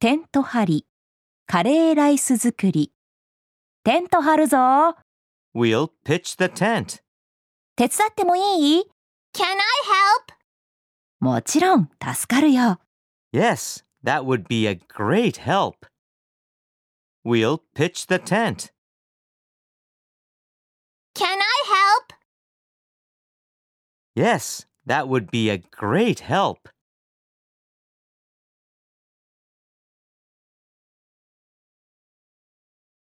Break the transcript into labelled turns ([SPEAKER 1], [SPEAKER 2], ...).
[SPEAKER 1] テント張り、カレーライス作り。テント張るぞ。
[SPEAKER 2] We'll pitch the tent.
[SPEAKER 1] 手伝ってもいい
[SPEAKER 3] Can I help?
[SPEAKER 1] もちろん、助かるよ。
[SPEAKER 2] Yes, that would be a great help. We'll pitch the tent.
[SPEAKER 3] Can I help?
[SPEAKER 2] Yes, that would be a great help.